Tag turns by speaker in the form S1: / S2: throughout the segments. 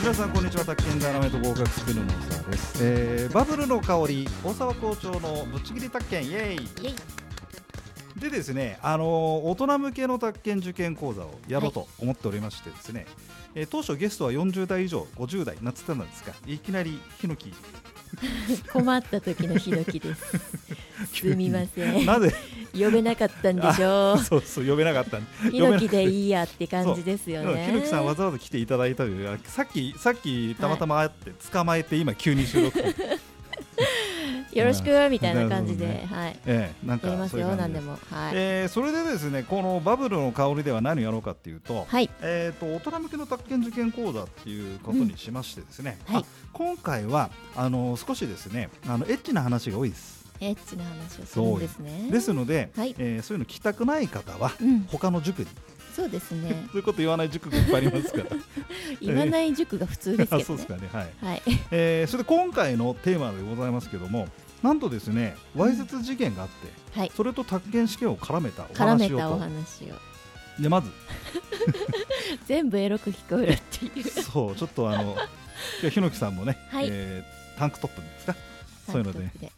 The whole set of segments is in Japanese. S1: 皆さんこんにちは宅建ダイナメント合格スクールの大沢です、えー、バブルの香り大沢校長のぶっちぎり宅建イエーイ
S2: イエイ
S1: でですね、あの大人向けの宅建受験講座をやろうと思っておりましてですね、えー当初ゲストは40代以上50代なってたんですがいきなりヒノキ
S2: 困った時のひどきです すみません
S1: なぜ
S2: 呼べなかったんでしょ
S1: そうそう呼べなか ったん
S2: うひどきでいいやって感じですよ
S1: うん
S2: ね
S1: ひろきさんわざわざ来ていただいたというあさっきさっきたまたま会って捕まえて今急に収 録、
S2: よろしくみたいな感じで、
S1: なる
S2: はい
S1: ええなん
S2: やり
S1: か
S2: ます
S1: そうい
S2: よ
S1: う感
S2: 何
S1: じ、
S2: ですもはい、
S1: えーそれでですねこのバブルの香りでは何をやろうかっていうと、
S2: はい
S1: えー、と大人向けの宅建受験講座っていうことにしましてですね、
S2: うんはい
S1: あ今回はあの少しですねあのエッチな話が多いです、
S2: エッチな話をするんですね
S1: ですので、
S2: はい
S1: えーそういうの聞きたくない方は
S2: うん
S1: 他の塾に、
S2: そうで すね
S1: そういうこと言わない塾がいっぱいあります から
S2: 言わない塾が普通です
S1: あ
S2: け
S1: そ
S2: ど
S1: うです
S2: ね
S1: かねはい、
S2: はい
S1: えーそれで今回のテーマでございますけどもなんとですねわいせつ事件があって、
S2: はい
S1: それと宅建試験を絡めたお
S2: 絡め
S1: 話を
S2: たお
S1: と
S2: 話を
S1: でまず
S2: 全部エロく聞こえるっていう
S1: そうちょっとあの今日ひのきさんもね、
S2: はい
S1: えータンクトップですかそういうので
S2: タンクトッ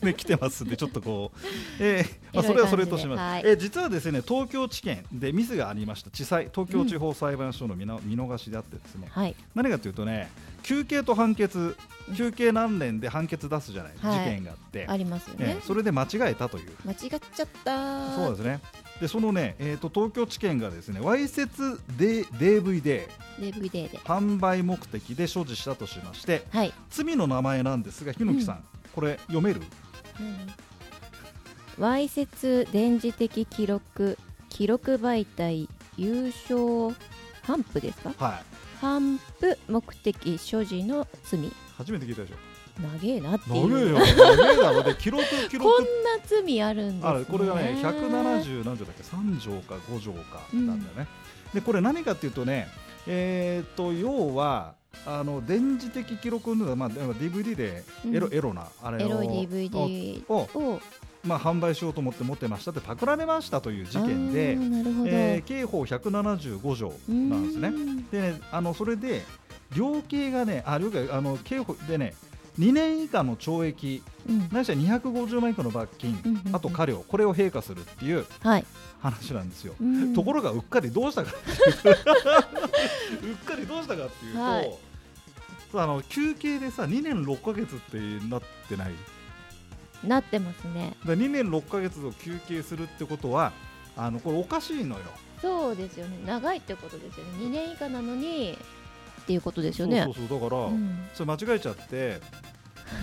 S2: プ
S1: ね、来てますんで、ちょっとこう、え ーまあ、
S2: い
S1: そ
S2: ろい
S1: れ
S2: ろ
S1: はそれとします、
S2: 感じで
S1: えー実はですね東京地検でミスがありました、地裁、東京地方裁判所の見な見逃しであって、ですね、
S2: はい
S1: 何かというとね、求刑と判決
S2: う、ん
S1: 求刑何年で判決出すじゃない、
S2: はい
S1: 事件があって、
S2: ありますよ
S1: え
S2: ね
S1: ーそれで間違えたという、
S2: 間違っちゃった
S1: そうですね。でそのね、えー、と東京地検がですねわいせつ D- DV で
S2: レブリデーで
S1: 販売目的で所持したとしまして
S2: はい
S1: 罪の名前なんですがひのきさん、これ読める
S2: わいせつ電磁的記録記録媒体優勝ハンプですか
S1: はい
S2: ハンプ目的所持の罪
S1: 初めて聞いたでしょ
S2: 長えなってい
S1: 長え
S2: う
S1: よ、長えだろ、で、記録、記
S2: こん
S1: 録。
S2: な罪あるんです
S1: あ
S2: ね
S1: れ、これがね、百七十何条だっけ、三条か五条か、なんだよね。で、これ何かっていうとね、えーっと、要は。あの電磁的記録の、まあ、D. V. D. で、エロ、
S2: うん
S1: エロな、あれ
S2: エ
S1: を。
S2: ロい DVD
S1: を、
S2: を
S1: まあ、販売しようと思って持ってましたって、パクられましたという事件
S2: あ
S1: で。
S2: ーなるほど、
S1: えー刑法百七十五条なんですね。
S2: ね
S1: でね、あのそれで量刑がね、あ量刑あの刑法でね、2年以下の懲役、ないしは250万以下の罰金、
S2: うんうんうん
S1: あと過料、これを陛下するっていう
S2: はい、
S1: 話なんですよ。
S2: うん
S1: ところがうっかりどうしたかっていううっかりどうしたかっていうと、
S2: はい
S1: あの休憩でさ2年6ヶ月ってなってない
S2: なってますね
S1: だ2年6ヶ月を休憩するってことはあのこれおかしいのよ。
S2: そうですよね長いってことですよね2年以下なのにっていうことです
S1: そ
S2: よ
S1: う
S2: ね
S1: そうそうだから、
S2: うん
S1: それ間違えちゃって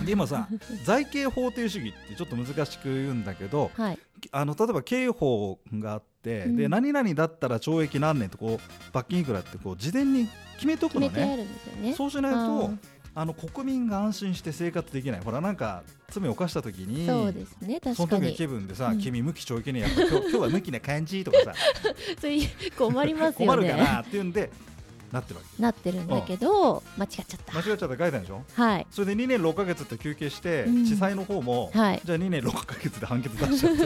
S1: で今 さ財刑法定主義ってちょっと難しく言うんだけど、
S2: はい
S1: あの例えば刑法があって、
S2: うん
S1: で何々だったら懲役何年とこう罰金いくらってこう事前に決めとくの
S2: 決めてあ
S1: ね
S2: るんですよね。
S1: そうしない
S2: あ
S1: と
S2: ー
S1: あの国民が安心して生活できないほらなんか罪を犯した時に
S2: そうですね
S1: そ
S2: 確
S1: の
S2: か
S1: 時の
S2: に
S1: 気分でさ、
S2: うん
S1: 君無期懲役ねやっぱ今日今 日は無期な感じとかさ
S2: そういう困ります
S1: 困
S2: よ
S1: るか
S2: ね。
S1: なっていうんでなってるわ
S2: なってるんだけど間違っちゃっ
S1: け
S2: た
S1: 間。違っちゃったら書いたんでしょ
S2: はい
S1: それで2年6か月って休憩して、
S2: うん
S1: 地裁の方も、
S2: はい。
S1: じゃあ2年6か月で判決出しちゃっ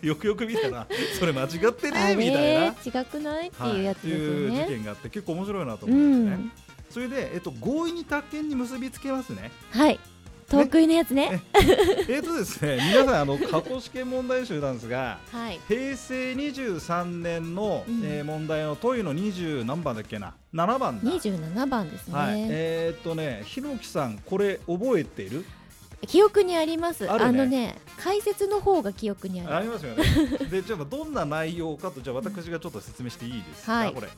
S1: た よくよく見たらそれ間違って
S2: あ
S1: ねみたいな
S2: れ違くないっていうや
S1: はい、っ
S2: つですよ
S1: ていう事
S2: ね。
S1: 件があって結構面白いなと
S2: う
S1: 思うんですね、
S2: ん
S1: それで、えっと、強引に宅建に結びつけますね
S2: はい得意のやつね。
S1: えっとですね皆さんあの過去試験問題集なんですが
S2: はい
S1: 平成23年の、
S2: うん
S1: えー問題の問いの20何番だっけな7番だ
S2: 二十七番です
S1: はい、
S2: ね。
S1: えーっとねひろきさんこれ覚えている
S2: 記憶にあります。
S1: あ
S2: あ
S1: るね
S2: のね解説の方が記憶にあ
S1: あ
S2: る。
S1: りますよね。で、じゃあどんな内容かと、じゃあ私がちょっと説明していいですか、
S2: はい
S1: これ。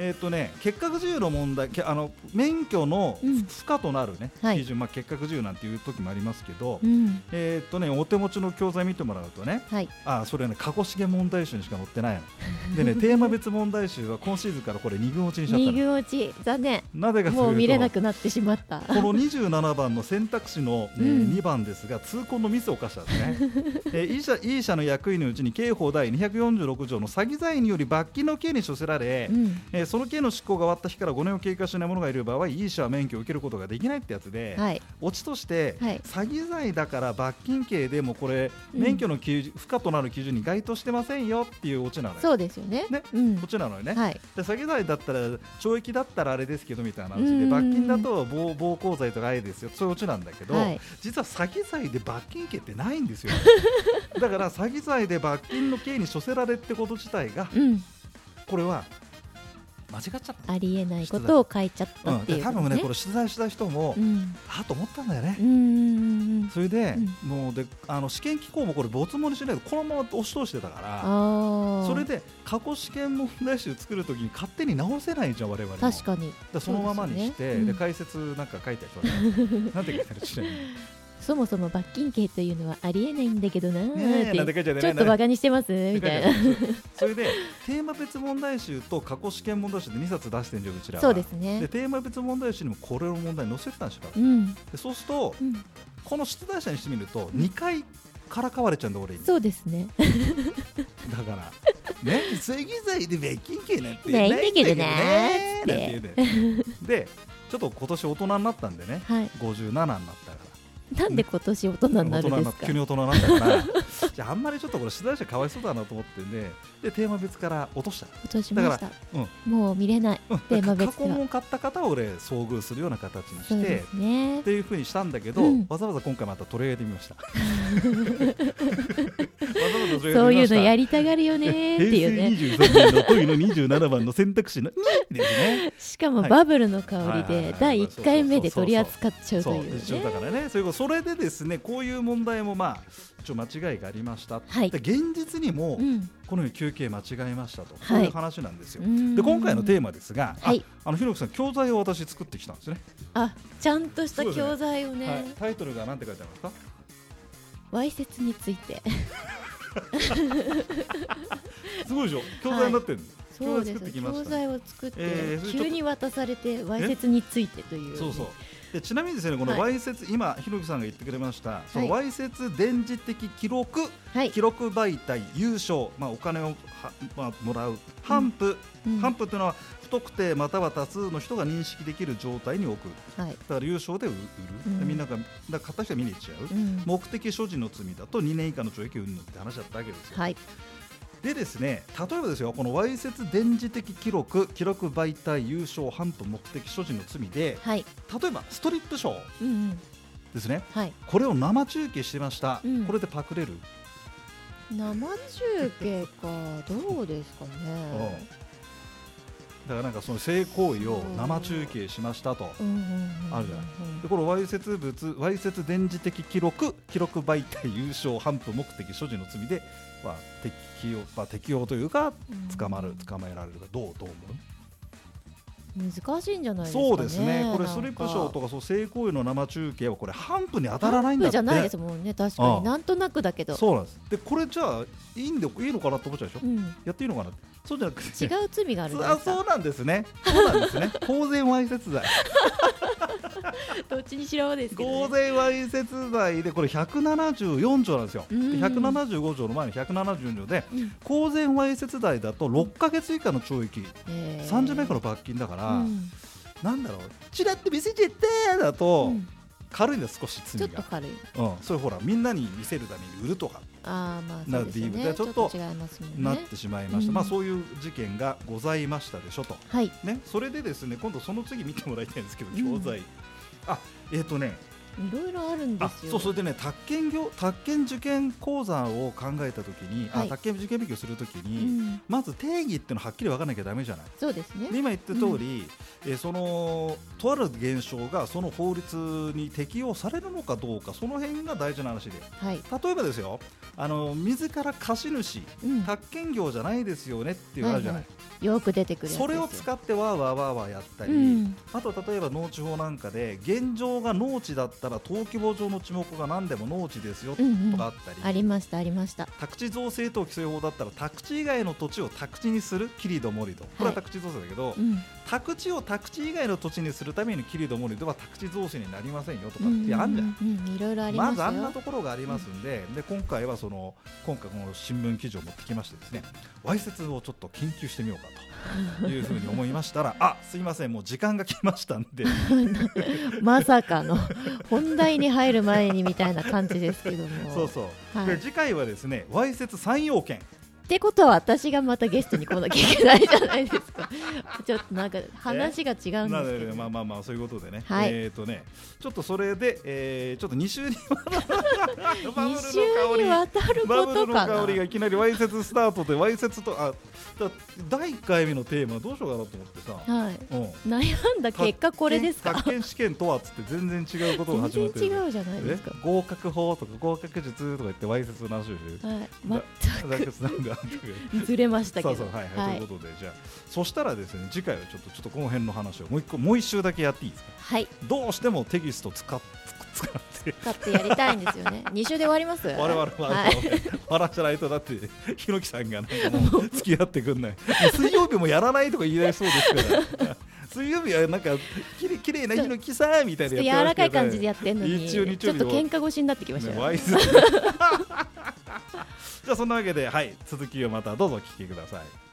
S1: えーっ、とね、結核自由の問題、けあの免許の
S2: うん
S1: 不可となるね、
S2: はい
S1: 基準、まあ結核自由なんていう時もありますけど、
S2: うん
S1: えーっ、とね、お手持ちの教材見てもらうとね、
S2: はい
S1: あ、それはね、過去試験問題集にしか載ってないの。でね、テーマ別問題集は今シーズンからこれ二軍落ちにしちゃ
S2: 二
S1: ったの。
S2: 軍落ち 残念
S1: なぜかというと。
S2: もう見れなくなってしまった。
S1: この27番の選択肢の、え
S2: うん
S1: 2番ですが痛恨のミスを犯したんですね、 えー、医者医者の役員のうちに刑法第246条の詐欺罪により罰金の刑に処せられ、
S2: うん
S1: えーその刑の執行が終わった日から5年を経過しない者がいる場合、医師は免許を受けることができないってやつで、
S2: はい、
S1: オチとして、
S2: はい
S1: 詐欺罪だから罰金刑でもこれ、
S2: うん
S1: 免許の基準負荷となる基準に該当してませんよっていうオチなのよ。
S2: そうですよね。
S1: ね
S2: うん、
S1: オチなのよね、
S2: はい、
S1: で詐欺罪だったら懲役だったらあれですけどみたいな話
S2: う
S1: で
S2: ん
S1: 罰金だと暴暴行罪とかあれですよそういうオチなんだけど、
S2: はい、
S1: 実は詐欺罪で罰金刑ってないんです よだから詐欺罪で罰金の刑に処せられってこと自体が
S2: うん、
S1: これは間違っちゃった、
S2: ありえないことを書いちゃった
S1: うん
S2: ってい
S1: で
S2: う、
S1: 多分ねこれ取材した人も、
S2: うん、
S1: ああと思ったんだよね
S2: うん、う、ん、うん、
S1: それで、
S2: うん
S1: もうであの試験機構もこれ没問にしないでこのまま押し通してたから
S2: ああ、
S1: それで過去試験問題集作るときに勝手に直せないじゃん我々も
S2: 確かに、
S1: だからそのままにして
S2: そう
S1: で、
S2: ですよねうん
S1: 解説なんか書いた人はねなんて書いてある ちなみに
S2: そもそも罰金刑というのはありえないんだけどなー
S1: ねえなん
S2: ってて、
S1: 書いてある
S2: ちょっとバカにしてますみたいな、
S1: それでテーマ別問題集と過去試験問題集で2冊出してんじゃんうちらは
S2: そうです
S1: で
S2: ね。
S1: テーマ別問題集にもこれの問題載せてたんでしょ多
S2: う
S1: 分
S2: ん、
S1: でそうすると
S2: うん、
S1: この出題者にしてみると2回からかわれちゃうんだ俺に
S2: そうですね。
S1: だからね正義罪で別金刑なんて
S2: ないんだけどな
S1: ないんだけどね
S2: ー
S1: ーなんて言うねでちょっと今年大人になったんでね
S2: はい、
S1: 57になったから
S2: なんで今年大人にな
S1: 大人
S2: るん
S1: に
S2: で
S1: なっ
S2: す
S1: て急。
S2: か
S1: に大人にな ったからじゃああんまりちょっとこれ出題者かわいそうだなと思ってんででテーマ別から落とした、
S2: 落としました。
S1: うん
S2: もう見れない。
S1: うん、
S2: テーマ別
S1: 過去問買った方を俺遭遇するような形に
S2: そう
S1: して、
S2: ですね
S1: っ。ていうふうにしたんだけど、
S2: うん
S1: わざわざ今回また取り上げてみま した。わざわざ取り上げてみました
S2: そういうのやりたがるよねーっていうね。
S1: 平成23年の問いの27番の選択肢の2ですね。
S2: しかも
S1: はい
S2: バブルの香り
S1: はいはいはい
S2: で
S1: はい
S2: 第1回目で取り扱っちゃうと
S1: そ
S2: いうう
S1: 一応
S2: ね
S1: だからね、それこそそれでですね、こういう問題もまあちょ間違いがありました。
S2: はい
S1: で現実にも
S2: うん
S1: このように休憩間違えましたと、
S2: い
S1: そういう話なんですよ。
S2: うん
S1: で今回のテーマですが、あ
S2: はい
S1: あのひろきさん教材を私作ってきたんですね。
S2: あちゃんとした教材を
S1: はい
S2: ね、
S1: タイトルがなんて書いてありますか。
S2: わいせつについて
S1: すごいでしょ。教材になってるんです。
S2: そう で
S1: 教材作って
S2: す
S1: きました
S2: 教材を作って
S1: えーそれちょっと
S2: 急に渡されてわいせつについてという
S1: そうそうでちなみにですねこの
S2: は
S1: わいせつ、今ひろきさんが言ってくれましたそ
S2: は
S1: の
S2: い
S1: わいせつ電磁的記録、
S2: はい
S1: 記録媒体優勝、まあ、お金をは、まあ、もらう頒布、
S2: うん
S1: 頒布というのは不特定または多数の人が認識できる状態に置く
S2: はい
S1: だから優勝で売る、
S2: うん
S1: でみんながだから買った人は見に行っちゃう、
S2: うん
S1: 目的所持の罪だと2年以下の懲役云々って話だったわけですよ、
S2: はい
S1: でですね例えばですよこのわいせつ電磁的記録記録媒体優勝頒布目的所持の罪で
S2: はい
S1: 例えばストリップショー
S2: うんうん
S1: ですね
S2: はい
S1: これを生中継してました、
S2: うん
S1: これでパクれる、
S2: 生中継かどうですか
S1: うんだ
S2: ね
S1: からなんかその性行為を生中継しましたと、
S2: うんうんうんう ん
S1: あるじゃなでこのわいせつ物わいせつ電磁的記録記録媒体優勝反布目的所持の罪で、まあ、適用、まあ、適用というか
S2: うん
S1: 捕まる捕まえられるかどうどう思う
S2: 難しいんじゃないですかね
S1: そうですねこれストリップショーとかそう性行為の生中継はこれ反布に当たらないんだって
S2: ランプじゃないですもんね確か
S1: うん
S2: になんとなくだけど
S1: そうなんですでこれじゃあいいんでいいのかなと思っちゃうでしょ、
S2: うん
S1: やっていいのかなそうじゃなくて
S2: 違う罪があるんです
S1: あ
S2: か
S1: そうなんですね。そうなんですね。 公然わいせつ罪。
S2: どっちにしろですけど、ね、
S1: 公然わいせつ罪でこれ174条なんですよ。で
S2: うん
S1: 175条の前の174条で
S2: うん
S1: 公然わいせつ罪だと6ヶ月以下の懲役、
S2: えー
S1: 30年以下の罰金だから、
S2: うん
S1: なんだろう。ちらっと見せちゃってだと
S2: うん
S1: 軽いんだよ少し
S2: ちょ
S1: 罪
S2: っと
S1: が。
S2: 軽い
S1: うん。それほらみんなに見せるために売るとか
S2: ああまあそうですよ
S1: な DV
S2: ね
S1: ち
S2: ち
S1: ょ
S2: ょ
S1: っ
S2: っ
S1: と
S2: と違いますもんね
S1: なってしまいました。
S2: うん
S1: まあそういう事件がございましたでしょと。
S2: はい
S1: ね、それでですね今度その次見てもらいたいんですけど
S2: うん
S1: 教材、あえっ、とね
S2: いろいろあるんで
S1: あ
S2: すよ
S1: そうそれでね宅建業宅建受験講座を考えたときに、
S2: はい
S1: あ宅建受験勉強するとき
S2: う
S1: に、
S2: ん、
S1: まず定義っていうのはっきり分からなきゃだめじゃない。
S2: そうですね
S1: で今言った通り、えーそのとある現象がその法律に適用されるのかどうかその辺が大事な話で
S2: はい
S1: 例えばですよあの自ら貸主
S2: うん
S1: 宅建業じゃないですよねっていうのあるじゃない、
S2: よく出てくるやつですよ
S1: それを使ってわーわーわーわーやったり、
S2: うん
S1: あと例えば農地法なんかで現状が農地だったら登記簿上の地目が何でも農地ですよ
S2: う
S1: と
S2: んうん
S1: かあ
S2: あ
S1: ったり、
S2: りましたありました
S1: 宅地造成等規制法だったら宅地以外の土地を宅地にするキリドモリドこれは宅地造成だけど、
S2: うん
S1: 宅地を宅地以外の土地にするためにキリドモリドは宅地造成になりませんよとかってあるじゃん。
S2: うんうんうんいろいろありま
S1: ま
S2: し
S1: ず
S2: た
S1: あ
S2: よ
S1: んなところがありますんで,、で今回はその今回この新聞記事を持ってきましてですねわいせつをちょっと研究してみようかとというふうに思いましたらあすいませんもう時間が来ましたんで
S2: まさかの本題に入る前にみたいな感じですけど も。
S1: そうそう、
S2: はい
S1: で次回はですねわいせつ3要件
S2: ってことは私がまたゲストに来なきゃいけないじゃないですかちょっとなんか話が違うん
S1: なの
S2: ですけ
S1: で
S2: ど、
S1: まあまあまあそういうことでね、
S2: はい
S1: えっ、とねちょっとそれで、えー、ちょっと2週にわたる バブル
S2: 2
S1: の
S2: 週に
S1: 香り
S2: わたるこ
S1: バブル
S2: と
S1: の
S2: かな
S1: 香りがいきなりわいせつスタートでわいせつとあだ第1回目のテーマどうしようかなと思ってさ、
S2: はい
S1: うん、
S2: 悩んだ結果これですか
S1: 宅建試験とはっつって全然違うことを
S2: 全
S1: 始
S2: 然
S1: めてる
S2: 違うじゃないですか
S1: え合格法とか合格術とか言ってわいせつの話をしてる
S2: はい
S1: だ
S2: 全
S1: だなんだとか言って
S2: くずれましたけ
S1: そ
S2: ど
S1: うそうはい、はい、ということでじゃあそしたらですね次回はちょっとちょっとこの辺の話をもう一個もう一週だけやっていいですか
S2: はい
S1: どうしてもテキスト使っ使って
S2: 使ってやりたいんです よね二週で終わります
S1: 我々は
S2: はい
S1: 笑っちゃないとだってひろきさんがなんかもう付き合ってく んないもう水曜日もやらないとか言い出しそうですから水曜日はなんかきれいきれいなひろきさんみたい
S2: ち
S1: な
S2: ょっと
S1: やって
S2: 柔
S1: ます
S2: らか
S1: けど
S2: い
S1: ね
S2: 感じでやってんのに
S1: 一応日曜日
S2: ちょっと喧嘩腰になってきました
S1: ね
S2: よ、
S1: わいせつ じゃあそんなわけではい続きをまたどうぞお聞きください